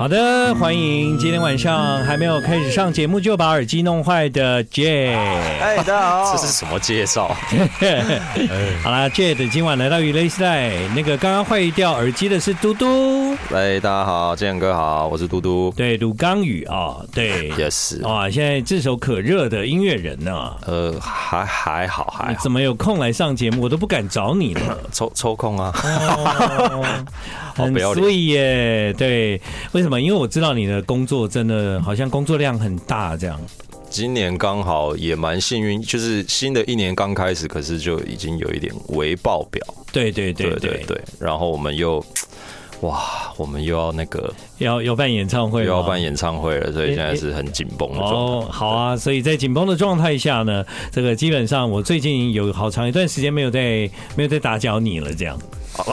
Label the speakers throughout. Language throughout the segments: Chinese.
Speaker 1: 好的，欢迎今天晚上还没有开始上节目就把耳机弄坏的 J。
Speaker 2: 哎，大家好
Speaker 3: 这是什么介 绍？
Speaker 1: 好啦 j 的今晚来到娱乐时代，那个刚刚坏掉耳机的是嘟嘟，
Speaker 3: 哎，大家好，建阳哥好，我是嘟嘟。
Speaker 1: 对，鲁刚宇啊，对，
Speaker 3: Yes，
Speaker 1: 哇，现在炙手可热的音乐人呢、
Speaker 3: 呃，还还好还
Speaker 1: 你
Speaker 3: 好，
Speaker 1: 怎么有空来上节目？我都不敢找 你了。
Speaker 3: 抽抽空啊，
Speaker 1: 哦，很
Speaker 3: 不要脸
Speaker 1: sweet 耶，对，为什么？因为我知道你的工作真的好像工作量很大，这样
Speaker 3: 今年刚好也蛮幸运，就是新的一年刚开始，可是就已经有一点微爆表，
Speaker 1: 对对对
Speaker 3: 对
Speaker 1: 对
Speaker 3: 对对。然后我们又，哇，我们又要那个
Speaker 1: 要要办演唱会
Speaker 3: 又
Speaker 1: 吗，
Speaker 3: 要办演唱会了，所以
Speaker 1: 诶
Speaker 3: 现在是很紧绷的状态。
Speaker 1: 哦，好啊，所以在紧绷的状态下呢，这个基本上我最近有好长一段时间没有在没有在打搅你了，这样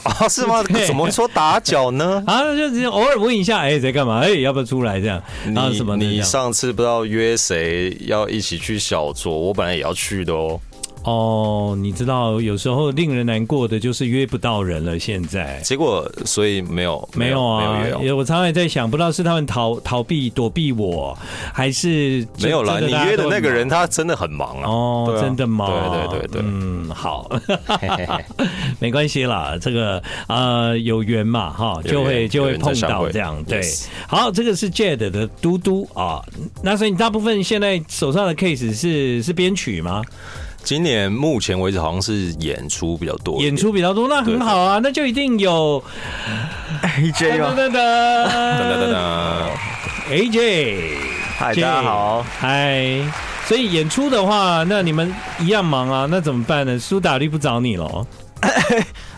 Speaker 3: 啊， 是吗？
Speaker 1: 对
Speaker 3: 怎么说打搅呢？
Speaker 1: 啊，就只是偶尔问一下，哎、在干嘛？哎、要不要出来这样？然后
Speaker 3: 你
Speaker 1: 什么的这
Speaker 3: 你
Speaker 1: 样
Speaker 3: 上次不知道约谁要一起去小酌，我本来也要去的哦。
Speaker 1: 哦，你知道有时候令人难过的就是约不到人了，现在。
Speaker 3: 结果所以没有
Speaker 1: 没有啊
Speaker 3: 没有，约哦
Speaker 1: 也我常常也在想，不知道是他们逃逃避躲避我，还是真
Speaker 3: 没有啦，
Speaker 1: 真
Speaker 3: 你
Speaker 1: 大家
Speaker 3: 约的
Speaker 1: 都很
Speaker 3: 那个人
Speaker 1: 忙
Speaker 3: 他真的很忙啊。
Speaker 1: 哦，
Speaker 3: 对啊
Speaker 1: 真的吗？
Speaker 3: 对对对对
Speaker 1: 嗯，好，
Speaker 3: 嘿嘿嘿
Speaker 1: 没关系啦，这个呃有缘嘛哈，
Speaker 3: 有
Speaker 1: 就
Speaker 3: 缘
Speaker 1: 会就
Speaker 3: 有
Speaker 1: 会
Speaker 3: 缘再
Speaker 1: 碰
Speaker 3: 相
Speaker 1: 到
Speaker 3: 会
Speaker 1: 这样对
Speaker 3: Yes。
Speaker 1: 好，这个是 Jade 的嘟嘟啊，那所以你大部分现在手上的 case 是是编曲吗？
Speaker 3: 今年目前为止好像是演出比较多一点，
Speaker 1: 演出比较多，那很好啊，那就一定有噔
Speaker 2: ，AJ 吗？
Speaker 1: 噔噔
Speaker 3: 噔噔噔
Speaker 1: 噔
Speaker 3: 噔。
Speaker 1: AJ。
Speaker 2: 嗨，大家好。
Speaker 1: 嗨，所以演出的话，那你们一样忙啊，那怎么办呢？苏打绿不找你 了，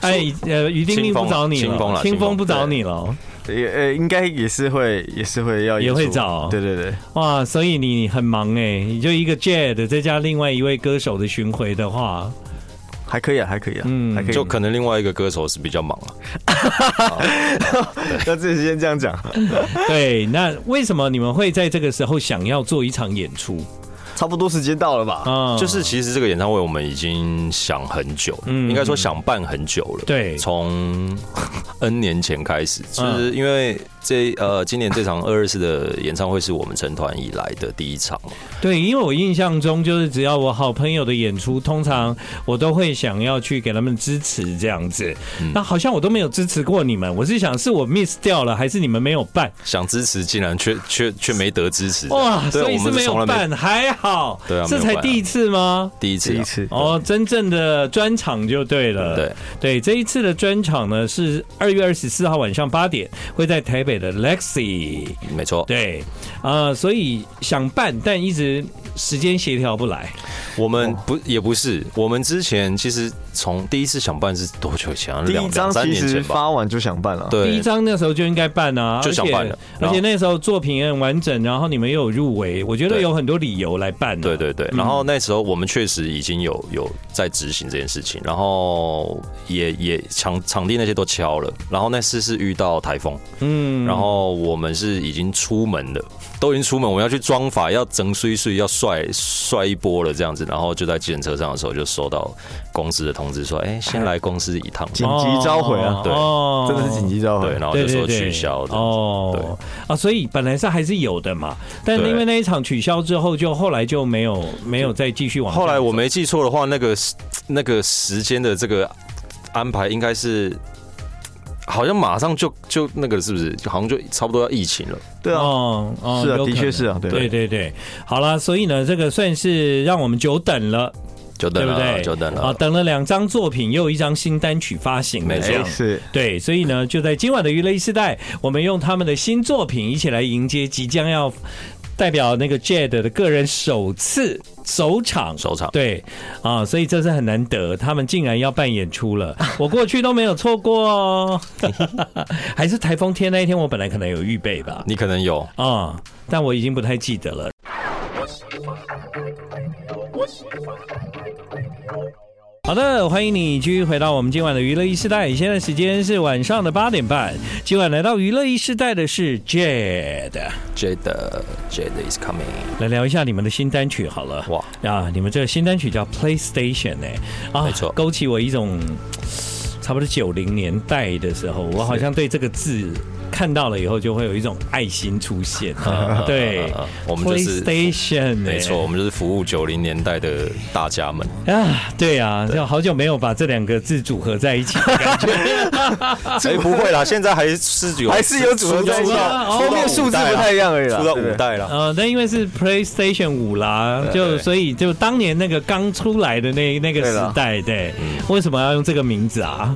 Speaker 1: 哎，呃，于丁丽不找你
Speaker 3: 清风
Speaker 1: 了，
Speaker 3: 啦
Speaker 1: 清
Speaker 3: 清
Speaker 1: 风
Speaker 3: 风
Speaker 1: 不找你了，
Speaker 2: 也呃，应该也是会，也是会要演
Speaker 1: 也会
Speaker 2: 出
Speaker 1: 找
Speaker 2: 对对对，
Speaker 1: 哇，所以你很忙哎、你就一个 Jade 再加另外一位歌手的巡回的 话，
Speaker 2: 还可以啊，还可以啊，
Speaker 1: 嗯
Speaker 2: 还可以。
Speaker 3: 就可能另外一个歌手是比较忙啊了、
Speaker 2: 那自己先这样讲，
Speaker 1: 对，那为什么你们会在这个时候想要做一场演出
Speaker 2: 差不多时间到了吧？
Speaker 1: 啊？
Speaker 3: 就是其实这个演唱会我们已经想很久了，
Speaker 1: 嗯
Speaker 3: 应该说想办很久了。
Speaker 1: 对
Speaker 3: 从 N 年前开始，
Speaker 1: 嗯
Speaker 3: 就是因为这呃今年这场二二四的演唱会是我们成团以来的第一场嘛，
Speaker 1: 对，因为我印象中就是只要我好朋友的演出，通常我都会想要去给他们支持这样子。
Speaker 3: 嗯
Speaker 1: 那好像我都没有支持过你们，我是想是我 miss 掉了，还是你们没有办？
Speaker 3: 想支持竟然却却却没得支持，
Speaker 1: 哇，
Speaker 3: 对，啊
Speaker 1: 所以
Speaker 3: 我
Speaker 1: 是
Speaker 3: 们
Speaker 1: 没
Speaker 3: 从
Speaker 1: 有
Speaker 3: 来没
Speaker 1: 办，还好，
Speaker 3: 对啊
Speaker 1: 这
Speaker 3: 没
Speaker 1: 才
Speaker 3: 有办
Speaker 1: 第一次吗？
Speaker 3: 第一次
Speaker 2: 第
Speaker 3: 啊、
Speaker 2: 一次
Speaker 1: 哦，真正的专场就对了。
Speaker 3: 对
Speaker 1: 对，这一次的专场呢是二月二十四号晚上八点，会在台北的 Lexi。
Speaker 3: 没错，
Speaker 1: 对，呃，所以想办，但一直时间协调不来。
Speaker 3: 我们不也不是，我们之前其实从第一次想办是多久以前啊？
Speaker 2: 第
Speaker 3: 两
Speaker 2: 一张
Speaker 3: 两三
Speaker 2: 其
Speaker 3: 年
Speaker 2: 实
Speaker 3: 前吧。
Speaker 2: 发完就想办了，
Speaker 3: 对，
Speaker 1: 第一张那时候就应该办啊，
Speaker 3: 就想办
Speaker 1: 而且
Speaker 3: 了然
Speaker 1: 而
Speaker 3: 后
Speaker 1: 且那时候作品也很完整，然后你们又有入围，我觉得
Speaker 3: 对
Speaker 1: 有很多理由来办、啊。
Speaker 3: 对对对，然后那时候我们确实已经有有在执行这件事情，然后也也场场地那些都敲了，然后那次是遇到台风，
Speaker 1: 嗯，
Speaker 3: 然后我们是已经出门了，都已经出门，我们要去装法，要整碎碎，要帅帅一波了这样子，然后就在计程车上的时候就收到公司的通知说，哎，先来公司一趟，
Speaker 2: 紧急召回啊，
Speaker 3: 对
Speaker 1: 哦
Speaker 2: 真的是紧。急召
Speaker 3: 对，
Speaker 2: 回。
Speaker 3: 然后
Speaker 1: 对
Speaker 3: 就
Speaker 1: 对
Speaker 3: 说
Speaker 1: 对，
Speaker 3: 取消的，
Speaker 1: 哦，啊，所以本来是还是有的嘛，但
Speaker 3: 对
Speaker 1: 因为那一场取消之后，就后来就没有没有再继续往下走。
Speaker 3: 后来我没记错的话，那个时那个时间的这个安排应该是，好像马上就就那个是不是？好像就差不多要疫情了。
Speaker 2: 对啊，
Speaker 1: 哦，哦
Speaker 2: 是啊
Speaker 1: 有可
Speaker 2: 的确
Speaker 1: 能
Speaker 2: 是啊对
Speaker 1: 对对对，好啦，所以呢，这个算是让我们久等了，
Speaker 3: 就
Speaker 1: 对
Speaker 3: 等
Speaker 1: 不
Speaker 3: 了，
Speaker 1: 对？
Speaker 3: 就等了。
Speaker 2: 哦
Speaker 1: 啊，等了两张作品，又有一张新单曲发行了，
Speaker 3: 没错
Speaker 1: 这样
Speaker 2: 哎是
Speaker 1: 对，所以呢，就在今晚的娱乐一时代，我们用他们的新作品一起来迎接即将要代表那个 Jade 的个人首次首场。
Speaker 3: 首场
Speaker 1: 对啊，所以这是很难得，他们竟然要办演出了，我过去都没有错过哦。还是台风天那一天，我本来可能有预备吧，
Speaker 3: 你可能有
Speaker 1: 啊、但我已经不太记得了。好的，欢迎你继续回到我们今晚的娱乐一时代。现在时间是晚上的八点半。今晚来到娱乐一时代的是 Jade，
Speaker 3: Jade Jade is coming，
Speaker 1: 来聊一下你们的新单曲好了。
Speaker 3: 哇，
Speaker 1: 啊，你们这个新单曲叫 PlayStation 哎、啊，
Speaker 3: 没错
Speaker 1: 勾起我一种嘖差不多九零年代的时候，我好像对这个字看到了以后就会有一种爱心出现。 对
Speaker 3: 啊，我们就是
Speaker 1: PlayStation，
Speaker 3: 没错，我们就是服务九零年代的大 家们。
Speaker 1: 啊，对啊，就好久没有把这两个字组合在一起的 感觉。
Speaker 3: 哎，不会啦，现在还是有，
Speaker 2: 还是有组合在一起
Speaker 1: 出
Speaker 2: 啊，
Speaker 1: 到
Speaker 2: 后面数字不太一样而已啦，
Speaker 3: 出到
Speaker 2: 对不
Speaker 3: 五
Speaker 2: 对
Speaker 3: 代了。
Speaker 1: 呃，但因为是 PlayStation 五啦，就所以就当年那个刚出来的那那个
Speaker 2: 对
Speaker 1: 时
Speaker 2: 啦
Speaker 1: 代，对，为什么要用这个名字啊？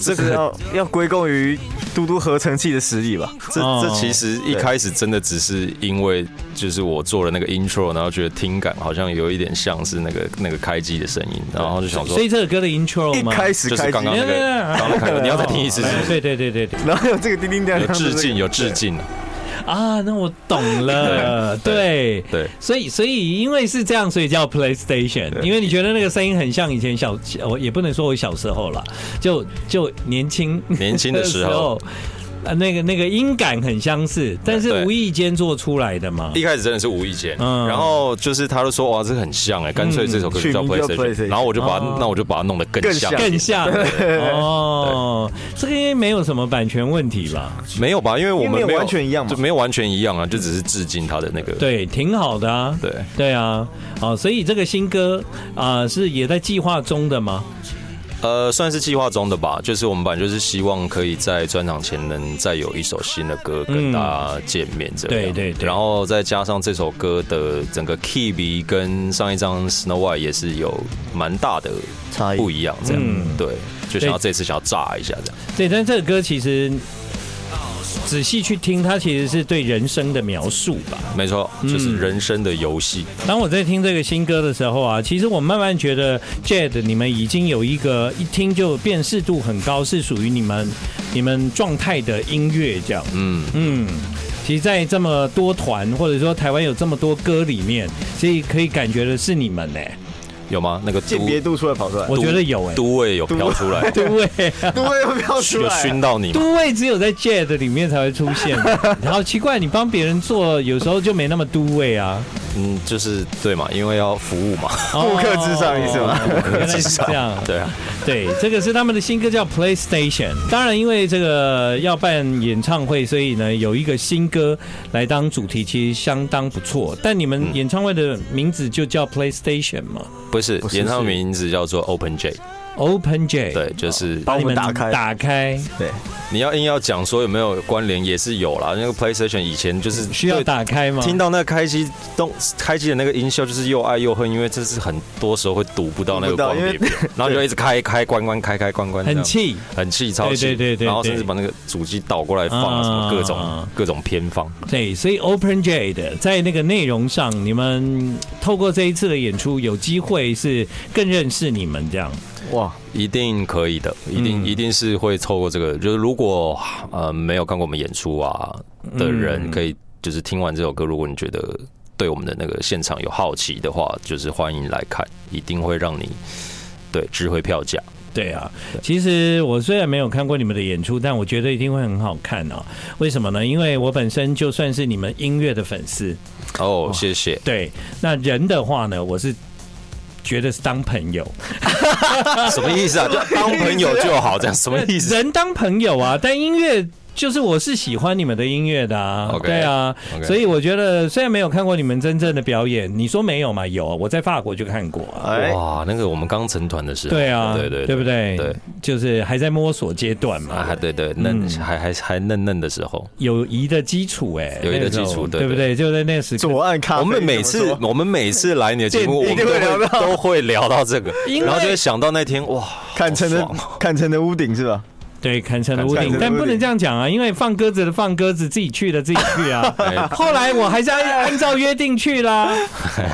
Speaker 2: 这个 要要归功于嘟嘟合成器的实力吧？
Speaker 3: 这
Speaker 1: 哦
Speaker 3: 这其实一开始真的只是因为，就是我做了那个 intro，然后觉得听感好像有一点像是那个那个开机的声音，然后就想说
Speaker 1: 所，以这个歌的 intro
Speaker 2: 一
Speaker 1: 吗？
Speaker 2: 开始
Speaker 3: 就是
Speaker 2: 开
Speaker 3: 刚
Speaker 2: 机
Speaker 3: 刚，啊
Speaker 1: 没有没有没有
Speaker 3: 那个刚刚开你要再听一次，是不是
Speaker 1: 对对对对对
Speaker 2: 然后有这个叮叮当
Speaker 3: 有
Speaker 2: 当，
Speaker 3: 致敬，有致。敬，
Speaker 1: 啊，那我懂了， 对。
Speaker 3: 对，
Speaker 1: 所以，所以因为是这样，所以叫 PlayStation。因为你觉得那个声音很像以前小，我也不能说我小时候啦，就就年轻
Speaker 3: 年轻的时候，
Speaker 1: 啊，那个那个音感很相似，但是
Speaker 3: 对
Speaker 1: 无意间做出来的嘛。
Speaker 3: 一开始真的是无意间，
Speaker 1: 嗯
Speaker 3: 然后就是他就说哇，这很像哎，干脆这首歌就叫
Speaker 2: 取名叫
Speaker 3: PlayStation，
Speaker 2: PlayStation
Speaker 3: 然后我就把它
Speaker 1: 哦
Speaker 3: 那我就把它弄得更
Speaker 2: 更
Speaker 3: 像
Speaker 2: 像，
Speaker 1: 更像 哦，这个应该没有什么版权问题吧？
Speaker 3: 没有吧？因为我
Speaker 2: 因为没
Speaker 3: 们
Speaker 2: 有
Speaker 3: 没有
Speaker 2: 完全一样嘛
Speaker 3: 就没有完全一样啊，就只是致敬他的那个，
Speaker 1: 对，挺好的啊。
Speaker 3: 对，
Speaker 1: 对啊，哦，所以这个新歌啊、是也在计划中的吗？
Speaker 3: 呃，算是计划中的吧。就是我们本来就是希望可以在专场前能再有一首新的歌跟
Speaker 1: 嗯
Speaker 3: 大家见面，这样、
Speaker 1: 对对对
Speaker 3: 然后再加上这首歌的整个 key 比跟上一张 Snow White 也是有蛮大的
Speaker 2: 差异
Speaker 3: 不一样，这样、
Speaker 1: 嗯
Speaker 3: 对。就想要这次想要炸一下这样，
Speaker 1: 对，但这个歌其实仔细去听，它其实是对人生的描述吧。
Speaker 3: 没错，
Speaker 1: 嗯
Speaker 3: 就是人生的游戏。
Speaker 1: 当我在听这个新歌的时候啊，其实我慢慢觉得 Jade 你们已经有一个一听就辨识度很高，是属于你们你们状态的音乐这样。
Speaker 3: 嗯，
Speaker 1: 嗯，其实，在这么多团或者说台湾有这么多歌里面，所以可以感觉的是你们欸呢、
Speaker 3: 有吗？那个
Speaker 2: 鉴
Speaker 3: 都
Speaker 2: 别度出来跑出来，
Speaker 1: 我觉得有哎、
Speaker 3: 都位有飘 出来，
Speaker 1: 对位，
Speaker 2: 嘟又飘出
Speaker 3: 有
Speaker 2: 来
Speaker 3: 熏，到你吗？
Speaker 1: 都位只有在 Jade 里面才会出 现，然后奇怪，你帮别人做，有时候就没那么都位 啊。
Speaker 3: 嗯，就是对嘛，因为要服务嘛。
Speaker 1: 顾
Speaker 2: 客至上意思 吗
Speaker 1: 哦原来是这 样，
Speaker 3: 对啊，
Speaker 1: 对，这个是他们的新歌叫 PlayStation。当然，因为这个要办演唱会，所以呢有一个新歌来当主题，其实相当不错。但你
Speaker 2: 嗯
Speaker 1: 们演唱会的名字就叫 PlayStation 嘛
Speaker 3: 不是
Speaker 2: 不，是
Speaker 3: 演唱
Speaker 2: 是
Speaker 3: 名字叫做 Open J，
Speaker 1: ，Open J，
Speaker 3: 对，就是
Speaker 2: 把我们打开
Speaker 1: 打开
Speaker 2: 对，
Speaker 3: 你要硬要讲说有没有关联，也是有啦。那个 PlayStation 以前就是
Speaker 1: 需要
Speaker 3: 对
Speaker 1: 打开吗？
Speaker 3: 听到那个开机动开机的那个音效，就是又爱又恨，因为这是很多时候会读不到那个
Speaker 2: 读不到
Speaker 3: 光碟
Speaker 2: 因为
Speaker 3: 片，然后就一直开开关关开开关关，这
Speaker 1: 很
Speaker 3: 样
Speaker 1: 气，
Speaker 3: 很气超气，
Speaker 1: 对对对对
Speaker 3: 然后甚至
Speaker 1: 对
Speaker 3: 把那个主机倒过来放啊，
Speaker 1: 啊
Speaker 3: 什么各种
Speaker 1: 啊
Speaker 3: 各种偏方。
Speaker 1: 对，所以 Open J 的在那个内容上，你们透过这一次的演出，有机会是更认识你们这样。
Speaker 2: 哇，
Speaker 3: 一定可以的，一定、
Speaker 1: 嗯
Speaker 3: 一定是会透过这个，就是如果呃没有看过我们演出啊的人，
Speaker 1: 嗯
Speaker 3: 可以就是听完这首歌，如果你觉得对我们的那个现场有好奇的话，就是欢迎来看，一定会让你对值回票价。
Speaker 1: 对啊，其实我虽然没有看过你们的演出，但我觉得一定会很好看哦。为什么呢？因为我本身就算是你们音乐的粉丝，
Speaker 3: 哦，谢谢，
Speaker 1: 对，那人的话呢，我是。觉得是当朋友，
Speaker 3: 什么意思 啊？就当朋友就好，这样什么意思？
Speaker 1: 人当朋友 啊，但音乐就是我是喜欢你们的音乐的啊
Speaker 3: OK，
Speaker 1: 对啊
Speaker 3: OK
Speaker 1: 所以我觉得虽然没有看过你们真正的表演，你说没有嘛？有啊，我在法国就看过啊，
Speaker 2: 哎，
Speaker 3: 哇，那个我们刚成团的时候，
Speaker 1: 对啊，
Speaker 3: 对对
Speaker 1: 对不对？
Speaker 3: 对，
Speaker 1: 就是还在摸索阶段嘛，
Speaker 3: 啊，还对对，
Speaker 1: 嗯
Speaker 3: 嫩、还还还嫩嫩的时候，
Speaker 1: 友谊的基础、哎，
Speaker 3: 友谊的基础
Speaker 1: 那种
Speaker 3: 对
Speaker 1: 对不对？就在那时刻，
Speaker 2: 左岸咖啡，
Speaker 3: 我们每次
Speaker 2: 怎么说
Speaker 3: 我们每次来你 的节目，我
Speaker 2: 对
Speaker 3: 们
Speaker 2: 一定会聊到
Speaker 3: 都会都会聊到这个，
Speaker 1: 因为
Speaker 3: 然后就会想到那天哇，
Speaker 2: 看成的
Speaker 3: 好爽哦
Speaker 2: 看成的屋顶是吧？
Speaker 1: 对，砍成了屋
Speaker 2: 砍成
Speaker 1: 顶
Speaker 2: 了，
Speaker 1: 但不
Speaker 2: 屋
Speaker 1: 能
Speaker 2: 顶
Speaker 1: 这样讲啊，因为放鸽子的放鸽子，自己去的自己去啊
Speaker 3: 哎。
Speaker 1: 后来我还是按按照约定去 啦，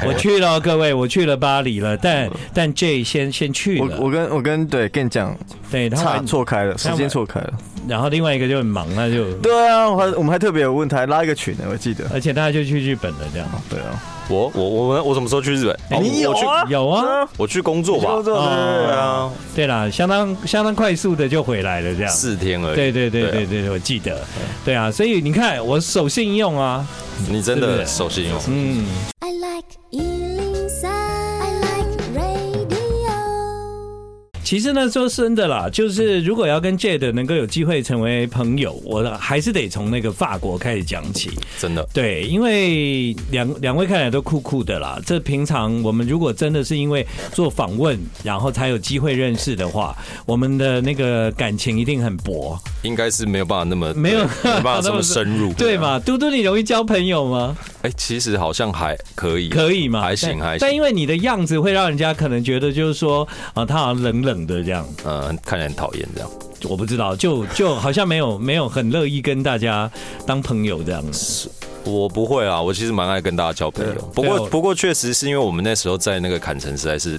Speaker 1: 我去了，各位，我去了巴黎了，但但 J 先先去
Speaker 2: 我
Speaker 1: 了，
Speaker 2: 我跟我跟对跟你讲，
Speaker 1: 对，他
Speaker 2: 差
Speaker 1: 晚
Speaker 2: 错开了，
Speaker 1: 他
Speaker 2: 时
Speaker 1: 晚
Speaker 2: 间错开了。
Speaker 1: 然后另外一个就很忙，那就。
Speaker 2: 对啊，我还我们还特别有问他还拉一个群呢，我记得。
Speaker 1: 而且大家就去日本了，这样
Speaker 2: 对啊，
Speaker 3: 我我我们我什么时候去日本？哦
Speaker 2: 你有
Speaker 3: 我去
Speaker 2: 啊？
Speaker 1: 有啊，
Speaker 3: 我去工作
Speaker 2: 工
Speaker 3: 吧，
Speaker 2: 作
Speaker 1: 哦
Speaker 2: 对
Speaker 3: 对
Speaker 2: 啊，
Speaker 3: 啊，
Speaker 1: 对啦，相当相当快速的就回来了，这样。
Speaker 3: 四天而已。
Speaker 1: 对对对
Speaker 3: 对
Speaker 1: 对
Speaker 3: 啊，
Speaker 1: 对，我记得，对啊，所以你看我守信用啊，
Speaker 3: 你真
Speaker 1: 对不
Speaker 3: 的
Speaker 1: 对
Speaker 3: 守信用。
Speaker 1: 嗯，
Speaker 4: I like Ealing Sound. I like radio.
Speaker 1: 其实呢，说真的啦，就是如果要跟 Jade 能够有机会成为朋友，我还是得从那个法国开始讲起。
Speaker 3: 真的。
Speaker 1: 对，因为两两位看起来都酷酷的啦。这平常我们如果真的是因为做访问，然后才有机会认识的话，我们的那个感情一定很薄，
Speaker 3: 应该是没有办法那么
Speaker 1: 没有
Speaker 3: 对没办法这么深入，
Speaker 1: 对？嘛？嘟嘟，你容易交朋友吗？
Speaker 3: 哎、其实好像还可以，
Speaker 1: 可以嘛？
Speaker 3: 还行
Speaker 1: 但
Speaker 3: 还
Speaker 1: 但因
Speaker 3: 行，
Speaker 1: 为你的样子会让人家可能觉得就是说啊，他好像冷冷的这样，
Speaker 3: 呃，看起来很讨厌这样。
Speaker 1: 我不知道，就就好像没有没有很乐意跟大家当朋友这样子。
Speaker 3: 我不会啊，我其实蛮爱跟大家交朋友
Speaker 2: 对，
Speaker 3: 不
Speaker 1: 对
Speaker 3: 过
Speaker 1: 啊
Speaker 3: 不过确实是因为我们那时候在那个坎城实在是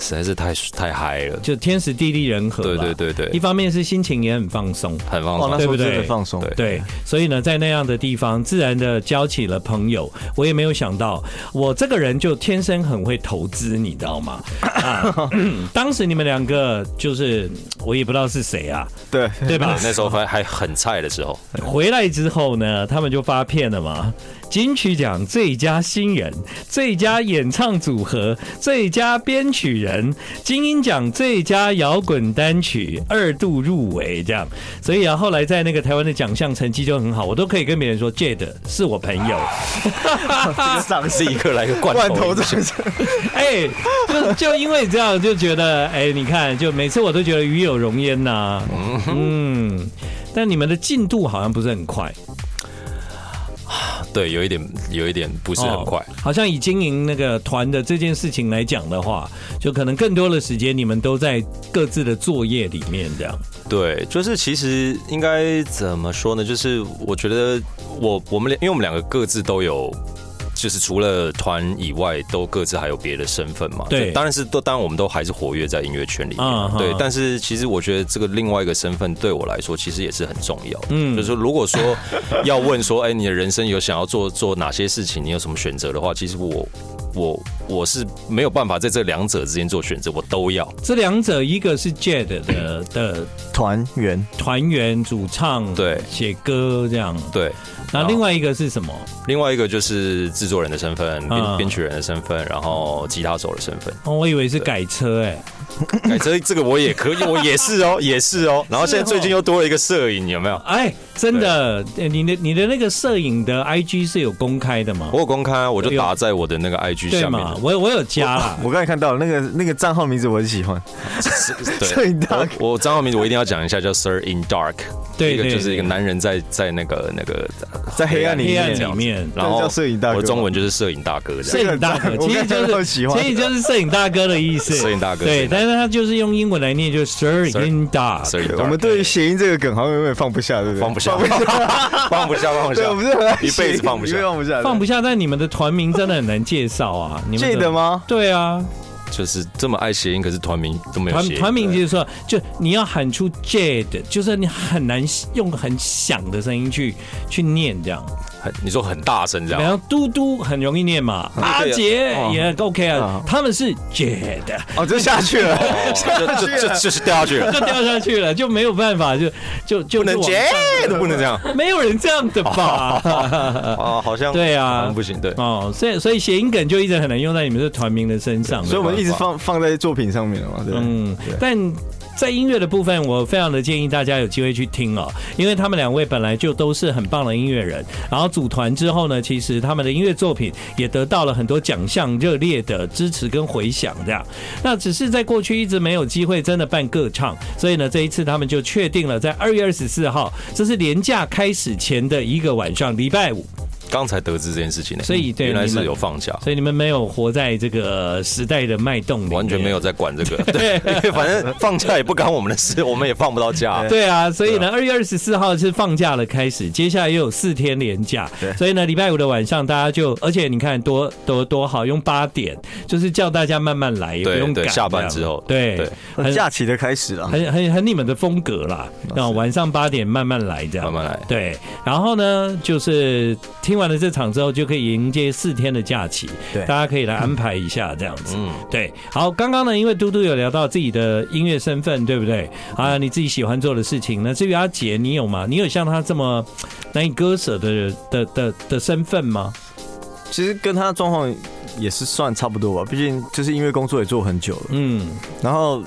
Speaker 3: 实在是太太嗨了，
Speaker 1: 就天时地利人和
Speaker 3: 对
Speaker 1: 啦
Speaker 3: 对对
Speaker 1: 一
Speaker 3: 对，
Speaker 1: 方面是心情也很放松，
Speaker 3: 很放
Speaker 2: 哇，
Speaker 3: 松
Speaker 2: 哦那。时
Speaker 1: 对不
Speaker 2: 候
Speaker 1: 对
Speaker 2: 真的放松，
Speaker 3: 对
Speaker 1: 对，所以呢，在那样的地方，自然的交起了朋友。我也没有想到，我这个人就天生很会投资，你知道吗？啊、当时你们两个就是我也不知道是谁啊，
Speaker 2: 对
Speaker 1: 对吧？
Speaker 3: 呃那时候还还很菜的时候，
Speaker 1: 回来之后呢，他们就发片了嘛。金曲奖最佳新人、最佳演唱组合、最佳编曲人、金鹰奖最佳摇滚单曲二度入围，这样。所以啊，后来在那个台湾的奖项成绩就很好，我都可以跟别人说，Jade 是我朋友。
Speaker 2: 上
Speaker 3: 立刻来个罐
Speaker 2: 啊罐
Speaker 3: 头
Speaker 2: 头
Speaker 3: 饮料
Speaker 2: 掌
Speaker 1: 哎、就就因为这样，就觉得哎、你看，就每次我都觉得与有荣焉呐、嗯，但你们的进度好像不是很快。
Speaker 3: 对，有一点有一点不是很快。
Speaker 1: 哦好像以经营那个团的这件事情来讲的话，就可能更多的时间你们都在各自的作业里面这样。
Speaker 3: 对，就是其实应该怎么说呢？就是我觉得我我们俩因为我们两个各自都有。就是除了团以外，都各自还有别的身份嘛。
Speaker 1: 对
Speaker 3: 就当然是都，当然我们都还是活跃在音乐圈里面。
Speaker 1: 嗯
Speaker 3: 对
Speaker 1: 嗯，
Speaker 3: 但是其实我觉得这个另外一个身份对我来说，其实也是很重要的。
Speaker 1: 嗯
Speaker 3: 嗯，就是说如 果说要问说，哎，你的人生有想要做做哪些事情，你有什么选择的话，其实我我我是没有办法在这两者之间做选择，我都要。
Speaker 1: 这两者，一个是 Jade 的的
Speaker 2: 团圆
Speaker 1: 团员主唱，
Speaker 3: 对哦
Speaker 1: 写歌这样。
Speaker 3: 对，
Speaker 1: 那另外一个是什么？
Speaker 3: 另外一个就是制作人的身份、
Speaker 1: 嗯
Speaker 3: 编编曲人的身份，然后吉他手的身份。
Speaker 1: 哦，我以为是改车哎、
Speaker 3: 改这这个我也可以，我也是哦，也是哦。然后现在最近又多了一个摄影，有没有？
Speaker 1: 哎，真的，哎你的你的那个摄影的 IG 是有公开的吗
Speaker 3: 我？有公开啊，我就
Speaker 1: 有
Speaker 3: 打在我的那个 IG
Speaker 1: 对
Speaker 3: 下面
Speaker 1: 嘛
Speaker 3: 的，。
Speaker 1: 我我有加啦。
Speaker 2: 我刚才看到了那个那个账号名字，我很喜欢。
Speaker 3: 是
Speaker 2: 摄影大
Speaker 3: 我我账号名字我一定要讲一下，叫 Sir in Dark，
Speaker 1: 对
Speaker 3: 一个
Speaker 1: 对
Speaker 3: 就是一个男人在在那个那个
Speaker 2: 在黑暗里
Speaker 1: 黑
Speaker 2: 面
Speaker 1: 暗里面，
Speaker 3: 然后
Speaker 2: 叫摄影大哥
Speaker 3: 我的中文就是摄影大哥 这
Speaker 1: 摄
Speaker 3: 样。
Speaker 1: 影大哥，
Speaker 2: 这个
Speaker 1: 其实
Speaker 2: 我看
Speaker 1: 就
Speaker 2: 到
Speaker 1: 是
Speaker 2: 喜欢
Speaker 1: 其实就是摄影大哥的意思。
Speaker 3: 摄影大哥摄
Speaker 1: 对，
Speaker 3: 影大
Speaker 1: 但
Speaker 3: 哥
Speaker 1: 是他就是用英文来念，就是 Sir in Dark。
Speaker 3: Sir in Dark，
Speaker 2: 我们对于谐音这个梗好像永远放不下，对不对？
Speaker 3: 放不下
Speaker 2: 放不下，
Speaker 3: 放不下，放不下，
Speaker 2: 对，我们是很爱
Speaker 3: 一辈子放不
Speaker 2: 谐音一辈子
Speaker 3: 下，
Speaker 2: 放不下，
Speaker 1: 放不下，但你们的团名真的很难介绍啊！你们
Speaker 2: 记 得？吗？
Speaker 1: 对啊，
Speaker 3: 就是这么爱谐音，可是团名都没有
Speaker 1: 团
Speaker 3: 谐音。
Speaker 1: 团名就是说，就你要喊出 Jade，就是你很难用很响的声音去去念这样。
Speaker 3: 很你说很大声这样
Speaker 1: 然。后嘟嘟很容易念嘛，阿
Speaker 3: 对啊
Speaker 1: 杰
Speaker 2: 哦
Speaker 1: 也 OK 啊
Speaker 2: 啊，
Speaker 1: 他们是 Jade，
Speaker 2: 哦，就下去了，
Speaker 3: 哦 就就就就是掉下去了，
Speaker 1: 就掉下去了，就没有办法，就就就
Speaker 3: 不能接
Speaker 1: 接，
Speaker 3: 都不能这样
Speaker 1: 没有人这样的吧？
Speaker 3: 啊，好像
Speaker 1: 对啊
Speaker 3: 好像不行，对，
Speaker 1: 哦，所以所以谐音梗就一直很难用在你们这团名的身上。
Speaker 2: 所以我们一直放放在作品上面了嘛，对不对。
Speaker 1: 嗯，但在音乐的部分，我非常的建议大家有机会去听哦，因为他们两位本来就都是很棒的音乐人，然后组团之后呢，其实他们的音乐作品也得到了很多奖项热烈的支持跟回响，这样。那只是在过去一直没有机会真的办个唱，所以呢，这一次他们就确定了在二月二十四号，这是年假开始前的一个晚上，礼拜五。
Speaker 3: 刚才得知这件事情呢，
Speaker 1: 所以对
Speaker 3: 原来
Speaker 1: 你们
Speaker 3: 是有放假，
Speaker 1: 所以你们没有活在这个时代的脉动里面，
Speaker 3: 完全没有在管这个，对，因为反正放假也不干我们的事，我们也放不到假，
Speaker 1: 对啊，所以呢，二月二十四号是放假的开始，接下来又有四天连假，所以呢，礼拜五的晚上大家就，而且你看多多多好，用八点，就是叫大家慢慢来，也不
Speaker 3: 对
Speaker 1: 用
Speaker 3: 对
Speaker 1: 赶。
Speaker 3: 下班
Speaker 1: 这样
Speaker 3: 之后
Speaker 1: 对
Speaker 3: 对，
Speaker 1: 很
Speaker 2: 假期的开始了，
Speaker 1: 很很很你们的风格啦，然后晚上八点慢慢来这样，
Speaker 3: 慢慢来
Speaker 1: 对，然后呢，就是听完了这场之后，就可以迎接四天的假期，
Speaker 2: 对
Speaker 1: 大家可以来安排一下这样子。
Speaker 3: 嗯，
Speaker 1: 对，好，刚刚呢，因为嘟嘟有聊到自己的音乐身份，对不对？啊，你自己喜欢做的事情。那至于阿杰，你有吗？你有像他这么难以割舍的的的的身份吗？
Speaker 2: 其实跟他的状况也是算差不多吧，毕竟就是音乐工作也做很久了，
Speaker 1: 嗯，
Speaker 2: 然后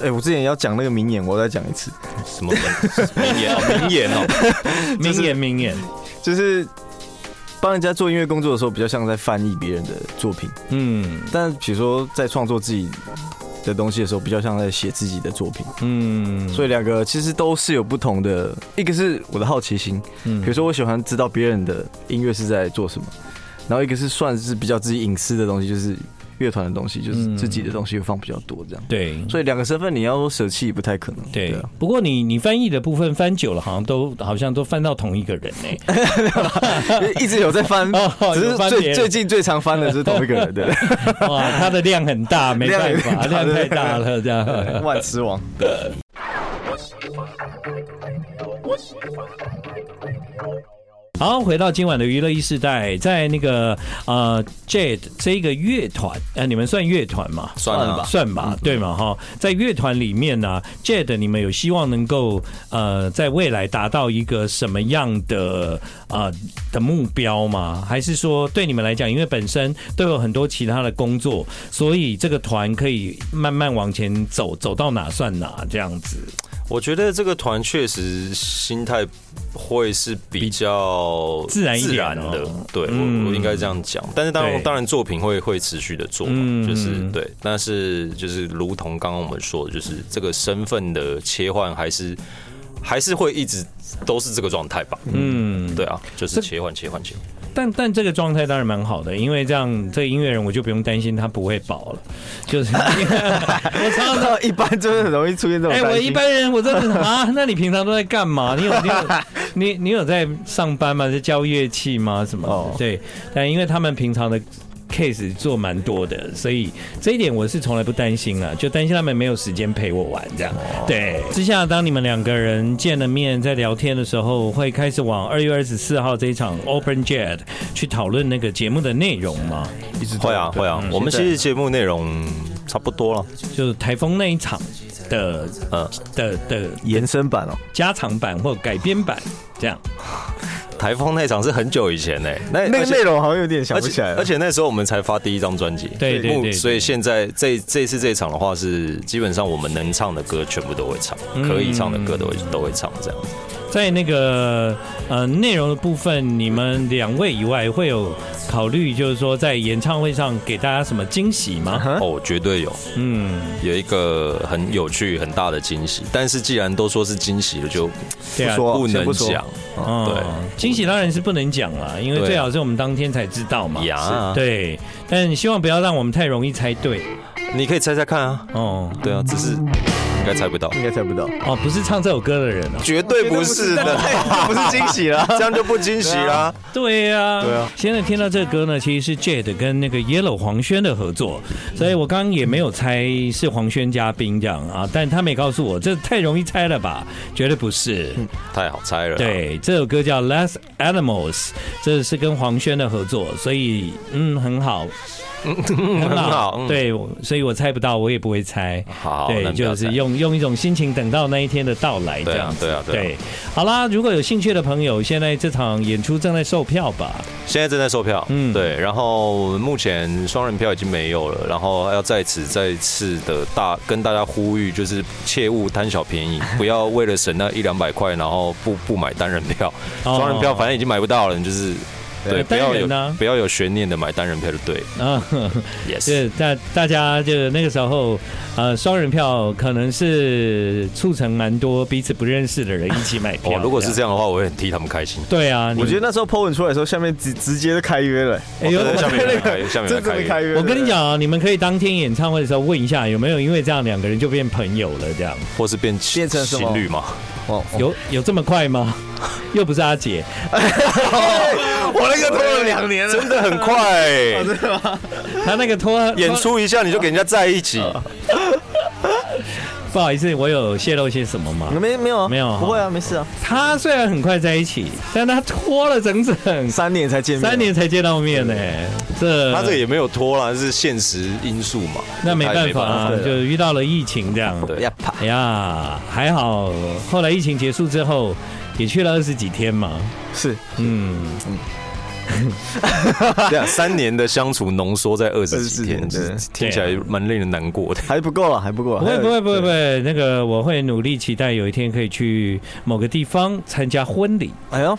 Speaker 2: 哎、我之前要讲那个名言，我再讲一次，
Speaker 3: 什么名言 哦，名言哦，
Speaker 1: 名言名言，
Speaker 2: 就是帮人家做音乐工作的时候，比较像在翻译别人的作品；
Speaker 1: 嗯
Speaker 2: 但比如说在创作自己的东西的时候，比较像在写自己的作品。
Speaker 1: 嗯，
Speaker 2: 所以两个其实都是有不同的，一个是我的好奇心，
Speaker 1: 嗯
Speaker 2: 比如说我喜欢知道别人的音乐是在做什么，然后一个是算是比较自己隐私的东西，就是乐团的东西，
Speaker 1: 嗯
Speaker 2: 就是自己的东西会放比较多这样。
Speaker 1: 对。
Speaker 2: 所以两个身份你要说舍弃也不太可能。
Speaker 1: 对
Speaker 2: 啊，
Speaker 1: 不过你你翻译的部分翻久了，好像都好像都翻到同一个人呢、
Speaker 2: 因为一直有在翻
Speaker 1: 哦，
Speaker 2: 只
Speaker 1: 有
Speaker 2: 是
Speaker 1: 翻别
Speaker 2: 最
Speaker 1: 人
Speaker 2: 最近最常翻的是同一个人，对不对？
Speaker 1: 哇，它的量很大，没
Speaker 2: 量
Speaker 1: 办
Speaker 2: 很
Speaker 1: 法，
Speaker 2: 大
Speaker 1: 量太大了，这样。
Speaker 2: 万磁王，
Speaker 1: 好，回到今晚的娱乐一世代，在那个呃 Jade 这个乐团，呃，你们算乐团吗？啊
Speaker 3: 算了吧，嗯
Speaker 1: 算吧，对嘛哈，在乐团里面呢、j a d e 你们有希望能够呃，在未来达到一个什么样的呃的目标吗？还是说对你们来讲，因为本身都有很多其他的工作，所以这个团可以慢慢往前走，走到哪算哪这样子？
Speaker 3: 我觉得这个团确实心态会是比较
Speaker 1: 自然一点
Speaker 3: 自然的
Speaker 1: 哦，
Speaker 3: 对
Speaker 1: 嗯
Speaker 3: 我我应该这样讲。但是当
Speaker 1: 对
Speaker 3: 然当然作品会会持续的做
Speaker 1: 嗯
Speaker 3: 嘛，就是对，但是就是如同刚刚我们说的，就是这个身份的切换还是还是会一直都是这个状态吧。
Speaker 1: 嗯，
Speaker 3: 对啊，就
Speaker 1: 这
Speaker 3: 是切换切换切换。
Speaker 1: 但但这个状态当然蛮好的，因为这样这个音乐人我就不用担心他不会饱了，就是 我常常。
Speaker 2: 一般就是很容易出现这种
Speaker 1: 哎、
Speaker 2: 担心。
Speaker 1: 我一般人我真 的啊，那你平常都在干嘛？你有你有你你有在上班吗？在教乐器吗？什么的？
Speaker 2: 哦
Speaker 1: 对，但因为他们平常的 case 做蛮多的，所以这一点我是从来不担心啊，就担心他们没有时间陪我玩这样。
Speaker 2: 哦
Speaker 1: 对，之下当你们两个人见了面，在聊天的时候，会开始往二月二十四号这一场 Open Jet 去讨论那个节目的内容吗？
Speaker 2: 一直
Speaker 3: 会啊
Speaker 2: 对嗯
Speaker 3: 会啊，我们其实节目内容差不多了，
Speaker 1: 就是台风那一场的
Speaker 3: 呃，
Speaker 1: 的的
Speaker 2: 延伸版哦，
Speaker 1: 加长版或改编版这样。
Speaker 3: 台风那场是很久以前呢、那
Speaker 2: 那
Speaker 3: 而
Speaker 2: 个
Speaker 3: 且
Speaker 2: 内容好像有点想
Speaker 3: 而
Speaker 2: 不起
Speaker 3: 且
Speaker 2: 来了。
Speaker 3: 而且那时候我们才发第一张专辑，
Speaker 1: 对对
Speaker 3: 目
Speaker 1: 对
Speaker 3: 所以现在这这次这一场的话是基本上我们能唱的歌全部都会唱，可以唱的歌都会都会唱这样子。
Speaker 1: 在那个呃内容的部分，你们两位以外会有考虑，就是说在演唱会上给大家什么惊喜 吗？
Speaker 3: 哦，绝对有
Speaker 1: 嗯，
Speaker 3: 有一个很有趣很大的惊喜，但是既然都说是惊喜了，就
Speaker 1: 对啊
Speaker 2: 不，说
Speaker 3: 不
Speaker 2: 先
Speaker 3: 能
Speaker 2: 不说
Speaker 3: 讲
Speaker 1: 嗯
Speaker 3: 对
Speaker 1: 惊喜当然是不能讲啦，因为
Speaker 3: 对啊
Speaker 1: 最好是我们当天才知道嘛。
Speaker 3: 呀。，
Speaker 1: 对，但希望不要让我们太容易猜对
Speaker 3: 你可以猜猜看啊，
Speaker 1: 哦
Speaker 3: 对啊，只是应该猜不到，
Speaker 2: 应该猜不到，
Speaker 1: 哦，不是唱这首歌的人啊，
Speaker 3: 绝对不 是的，
Speaker 2: 不是惊喜了。
Speaker 3: 这样就不惊喜啦。
Speaker 1: 对呀、
Speaker 2: 对啊。
Speaker 1: 现在听到这歌呢，其实是 Jade 跟那个 Yellow 黄轩的合作，所以我刚刚也没有猜是黄轩嘉宾这样啊，但他没告诉我，这太容易猜了吧？绝对不是。
Speaker 3: 太好猜了，，
Speaker 1: 对，这首歌叫《Last Animals》，这是跟黄轩的合作，所以嗯，很好，很
Speaker 3: 嗯很好，嗯，
Speaker 1: 对，我所以我猜不到，我也不会猜。
Speaker 3: 好，那
Speaker 1: 对，
Speaker 3: 不要
Speaker 1: 就是
Speaker 3: 猜
Speaker 1: 用用一种心情等到那一天的到来，这
Speaker 3: 对
Speaker 1: 样
Speaker 3: 啊
Speaker 1: 子。
Speaker 3: 对啊对啊
Speaker 1: 对，好啦，如果有兴趣的朋友，现在这场演出正在售票吧？
Speaker 3: 现在正在售票，
Speaker 1: 嗯
Speaker 3: 嗯，对，然后目前双人票已经没有了，然后要在此再次的大跟大家呼吁，就是切勿贪小 便宜，不要为了省那一两百块，然后不不买单人票，
Speaker 1: 哦
Speaker 3: 双人票反正已经买不到了，你就是对，不要
Speaker 1: 单
Speaker 3: 有
Speaker 1: 人呢
Speaker 3: 不要有悬念的买单人票就对
Speaker 1: 啊，
Speaker 3: ，yes，
Speaker 1: 是大大家就那个时候，呃，双人票可能是促成蛮多彼此不认识的人一起买票。
Speaker 3: 哦，如果是这
Speaker 1: 样，
Speaker 3: 样的话，我会很替他们开心。
Speaker 1: 对啊，
Speaker 2: 我觉得
Speaker 1: 得
Speaker 2: 那时候 po 文出来的时候，下面直直接就开约了、
Speaker 1: 哎呦
Speaker 3: 我觉得下面有人开，下
Speaker 2: 真
Speaker 3: 面有
Speaker 2: 正
Speaker 3: 人开
Speaker 2: 的开
Speaker 3: 约，
Speaker 2: 约。
Speaker 1: 我跟你，讲啊，你们可以当天演唱会的时候问一下有没有因为这样两个人就变朋友了，这样
Speaker 3: 或是变
Speaker 2: 变成什么
Speaker 3: 情侣嘛？
Speaker 2: 哦，
Speaker 1: 有有 这么快吗？又不是阿姐，
Speaker 2: 我那个拖了两年了，
Speaker 3: 真 的很快、
Speaker 1: 她那个拖
Speaker 3: 演，出一下你就给人家在一 起，
Speaker 2: 哦
Speaker 1: 拖不好意思，我有泄露些什么
Speaker 3: 嗯
Speaker 1: 吗？
Speaker 2: 没没有啊
Speaker 1: 没有啊
Speaker 2: 不会啊，没事啊，
Speaker 1: 她虽然很快在一起，但她拖了整整
Speaker 2: 三年才见面，
Speaker 1: 三年才见到面呢、这
Speaker 3: 他这个也没有拖啦，是现实因素嘛。
Speaker 1: 那没
Speaker 3: 他
Speaker 1: 办
Speaker 3: 也
Speaker 1: 法啊，
Speaker 2: 对啊
Speaker 1: 就遇到了疫情这样。
Speaker 3: 对
Speaker 2: 呀啪，
Speaker 1: 哎呀，还好，后来疫情结束之后，也去了二十几天嘛。
Speaker 2: 是
Speaker 1: 嗯，
Speaker 3: 对啊，三年的相处浓缩在二十几天，
Speaker 2: 24天
Speaker 3: 这
Speaker 2: 对
Speaker 3: 听起来
Speaker 1: 啊
Speaker 3: 蛮令人难过的。
Speaker 2: 还不够了，还不够啦。
Speaker 1: 不会
Speaker 2: 还有
Speaker 1: 不会不会不会，那个我会努力期待有一天可以去某个地方参加婚礼。
Speaker 2: 哎呦，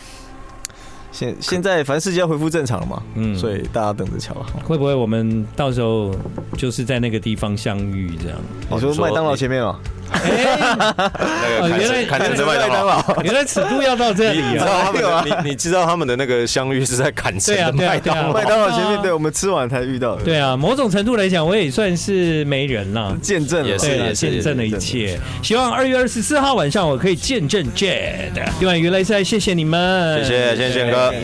Speaker 2: 现现在反正世界要恢复正常了嘛，
Speaker 1: 嗯
Speaker 2: 所以大家等着瞧啊。
Speaker 1: 会不会我们到时候就是在那个地方相遇这样？
Speaker 2: 你说麦当劳前面哦嘛，
Speaker 1: 哎，
Speaker 3: 那
Speaker 1: 哦
Speaker 3: 个看
Speaker 1: 原来
Speaker 3: 看
Speaker 1: 原来
Speaker 3: 成麦当劳，
Speaker 1: 原来尺度要到这
Speaker 3: 你
Speaker 1: 里
Speaker 3: 知
Speaker 1: 啊！
Speaker 3: 道他
Speaker 2: 还
Speaker 3: 们
Speaker 2: 有
Speaker 3: 的你你知道他们的那个相遇是在砍城
Speaker 1: 对啊
Speaker 3: 的
Speaker 1: 对啊
Speaker 3: 麦当劳
Speaker 1: 对
Speaker 2: 麦
Speaker 1: 啊
Speaker 2: 当劳前面，
Speaker 1: 啊
Speaker 2: 对我们吃完才遇到的，
Speaker 1: 对啊，某种程度来讲，我也算是媒人啦。
Speaker 2: 见证了
Speaker 3: 也
Speaker 2: 嘛，
Speaker 3: 是
Speaker 1: 对了，
Speaker 3: 也
Speaker 1: 见证了一切。希望二月二十四号晚上我可以见证 Jade。今晚娱乐赛，谢谢你们，
Speaker 3: 谢谢谢谢宪哥。